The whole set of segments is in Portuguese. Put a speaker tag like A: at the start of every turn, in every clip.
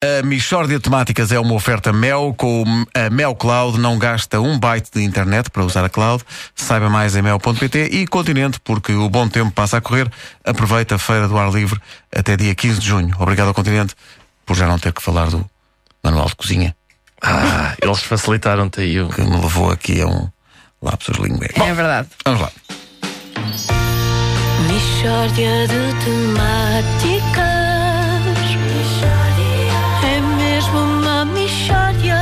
A: A Michórdia de Temáticas é uma oferta Mel, com a Mel Cloud não gasta um byte de internet para usar a cloud. Saiba mais em mel.pt e Continente, porque o bom tempo passa a correr. Aproveita a Feira do Ar Livre até dia 15 de junho. Obrigado ao Continente por já não ter que falar do manual de cozinha,
B: Ah, eles facilitaram-te aí. o-
A: que me levou aqui a um lapsus linguístico.
C: É verdade.
A: Vamos lá.
D: Mishória de temáticas É mesmo uma mishória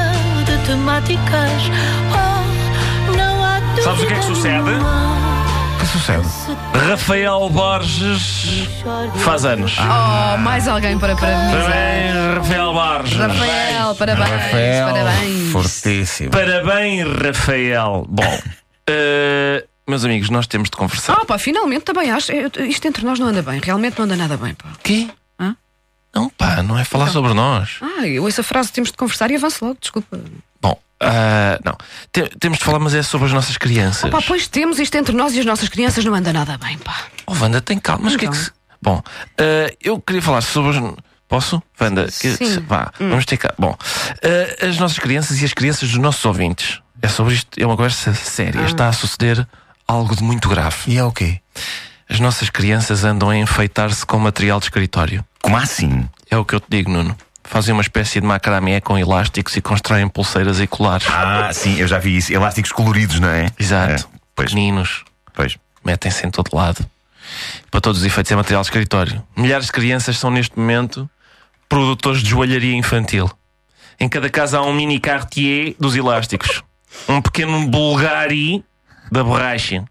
D: de temáticas Oh, não há dúvida
B: Sabes o que é que sucede?
D: nenhuma
A: O que sucede?
B: Rafael Borges
D: Mixórdia
B: faz anos.
C: Oh, mais alguém para parabenizar.
B: Parabéns, Rafael Borges.
C: Rafael, parabéns, parabéns.
A: Fortíssimo.
B: Parabéns, Rafael. Bom, eh, meus amigos, nós temos de conversar.
C: Ah, pá, finalmente também acho. eu- Isto entre nós não anda bem, realmente não anda nada bem, pá.
B: quê?
C: Hã? Então.
B: Não, pá, não é falar sobre nós.
C: Ah, eu ouço a frase temos de conversar e avanço logo, desculpa.
B: Bom, ah, não. Te- temos de falar, mas é sobre as nossas crianças.
C: Pá, pois temos isto entre nós e as nossas crianças não anda nada bem, pá.
B: Oh, Wanda, tem calma. Mas o que é que
C: Então.
B: se... Bom, ah, eu queria falar sobre as... Posso? Wanda, que-
C: Sim. Hum.
B: se- vá, vamos ter calma. Bom, ah, as nossas crianças e as crianças dos nossos ouvintes. É sobre isto, é uma conversa séria.
C: Ah.
B: Está a suceder algo de muito grave.
A: E é o quê?
B: As nossas crianças andam a enfeitar-se com material de escritório.
E: Como assim?
B: É o que eu te digo, Nuno. Fazem uma espécie de macramé com elásticos e constroem pulseiras e colares.
E: Ah, sim, eu já vi isso. Elásticos coloridos, não é?
B: Exato.
E: É, pois,
B: Pequeninos.
E: pois.
B: metem-se em todo lado. Para todos os efeitos é material de escritório. Milhares de crianças são neste momento produtores de joalharia infantil. Em cada casa há um mini Cartier dos elásticos, um pequeno Bulgari da borracha,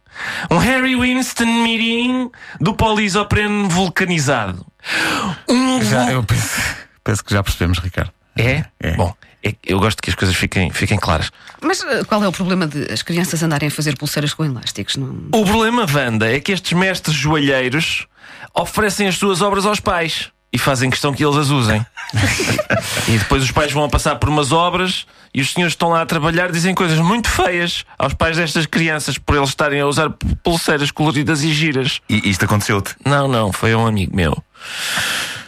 B: um Harry Winston Mirim do polisopreno vulcanizado. Um
A: Já, eu penso, penso que já percebemos, Ricardo.
B: É?
A: É.
B: Bom, é que eu gosto que as coisas fiquem, fiquem claras.
C: Mas eh, qual é o problema de as crianças andarem a fazer pulseiras com elásticos? Não...
B: O problema, Wanda, é que estes mestres joalheiros oferecem as suas obras aos pais e fazem questão que eles as usem. e depois os pais vão a passar por umas obras e os senhores que estão lá a trabalhar dizem coisas muito feias aos pais destas crianças por eles estarem a usar pulseiras coloridas e giras.
E: E isto aconteceu-te.
B: Não, não, foi a um amigo meu.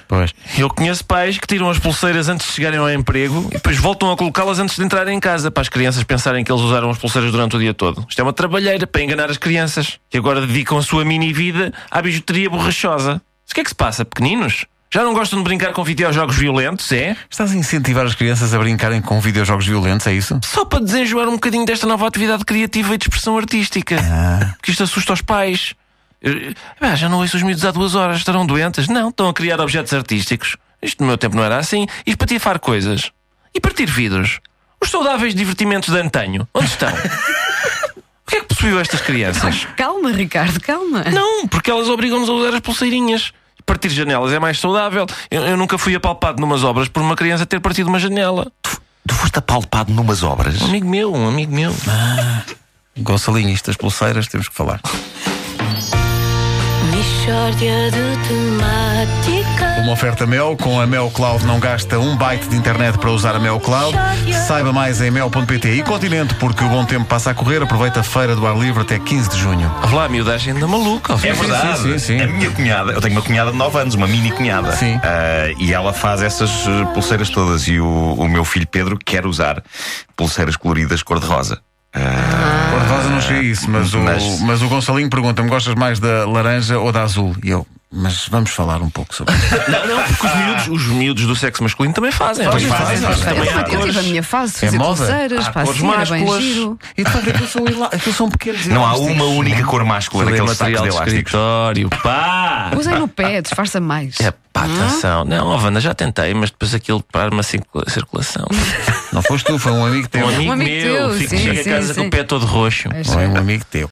A: Pois.
B: Eu conheço pais que tiram as pulseiras antes de chegarem ao emprego e depois voltam a colocá-las antes de entrarem em casa para as crianças pensarem que eles usaram as pulseiras durante o dia todo. Isto é uma trabalheira para enganar as crianças que agora dedicam a sua mini vida à bijuteria borrachosa. Mas O que é que se passa, pequeninos? Já não gostam de brincar com videojogos violentos, é?
A: Estás a incentivar as crianças a brincarem com videojogos violentos, é isso?
B: Só para desenjoar um bocadinho desta nova atividade criativa e de expressão artística. Porque isto assusta os pais. Eh, ah, já não ouço os miúdos há duas horas, estarão doentes. Não, estão a criar objetos artísticos. Isto no meu tempo não era assim. E espatifar coisas. E partir vidros. Os saudáveis divertimentos de antanho. Onde estão? o que é que possuiu estas crianças?
C: Calma, Ricardo, calma.
B: Não, porque elas obrigam-nos a usar as pulseirinhas. Partir janelas é mais saudável. Eu, eu nunca fui apalpado numas obras por uma criança ter partido uma janela.
E: Tu foste apalpado numas obras?
B: Um amigo meu, um amigo meu.
A: Gonçalinho, isto das pulseiras, temos que falar.
D: Mixórdia de temáticas
A: Uma oferta Mel, com a Mel Cloud não gasta um byte de internet para usar a Mel Cloud. Saiba mais em mel.pt e Continente, porque o bom tempo passa a correr. Aproveita a Feira do Ar Livre até 15 de junho.
B: Olha lá, a miudagem da maluca.
E: É verdade.
A: sim, sim.
E: A minha cunhada, eu tenho uma cunhada de 9 anos, uma mini cunhada.
A: Sim.
E: Ah, e ela faz essas eh, pulseiras todas. E o, o meu filho Pedro quer usar pulseiras coloridas cor-de-rosa.
A: Cor-de-rosa não cheguei a isso, mas o,
E: Mas-
A: mas o Gonçalinho pergunta-me: gostas mais da laranja ou da azul? E eu, mas vamos falar um pouco sobre isso.
B: Não, não, porque os miúdos, os miúdos do sexo masculino também fazem.
E: Pois fazem, fazem.
C: Eu,
B: Também há
C: também- eu tive a
B: cores.
C: minha fase de
A: É
C: fazer
A: moda?
C: pulseiras,
B: Há
C: pá,
B: cores
C: assim, era bem
B: másculas.
C: giro.
A: E de facto, aquilo são, elá- aquilo são pequenos
E: Não há
A: elásticos.
E: uma única cor máscula
B: Aquele
E: naqueles sacos de
B: material de
E: elásticos.
B: escritório. Pá!
C: Usei no pé, disfarça mais.
B: É pá, atenção. Não, oh, Wanda, já tentei, mas depois aquilo para uma circula- circulação.
A: Não foste tu, foi um amigo teu.
B: Um amigo
C: amigo
B: meu
C: teu,
B: fica-
C: sim,
B: chega
C: sim,
B: a casa com
C: sim.
B: o pé todo roxo.
C: É
A: Foi
C: giro.
A: um amigo teu.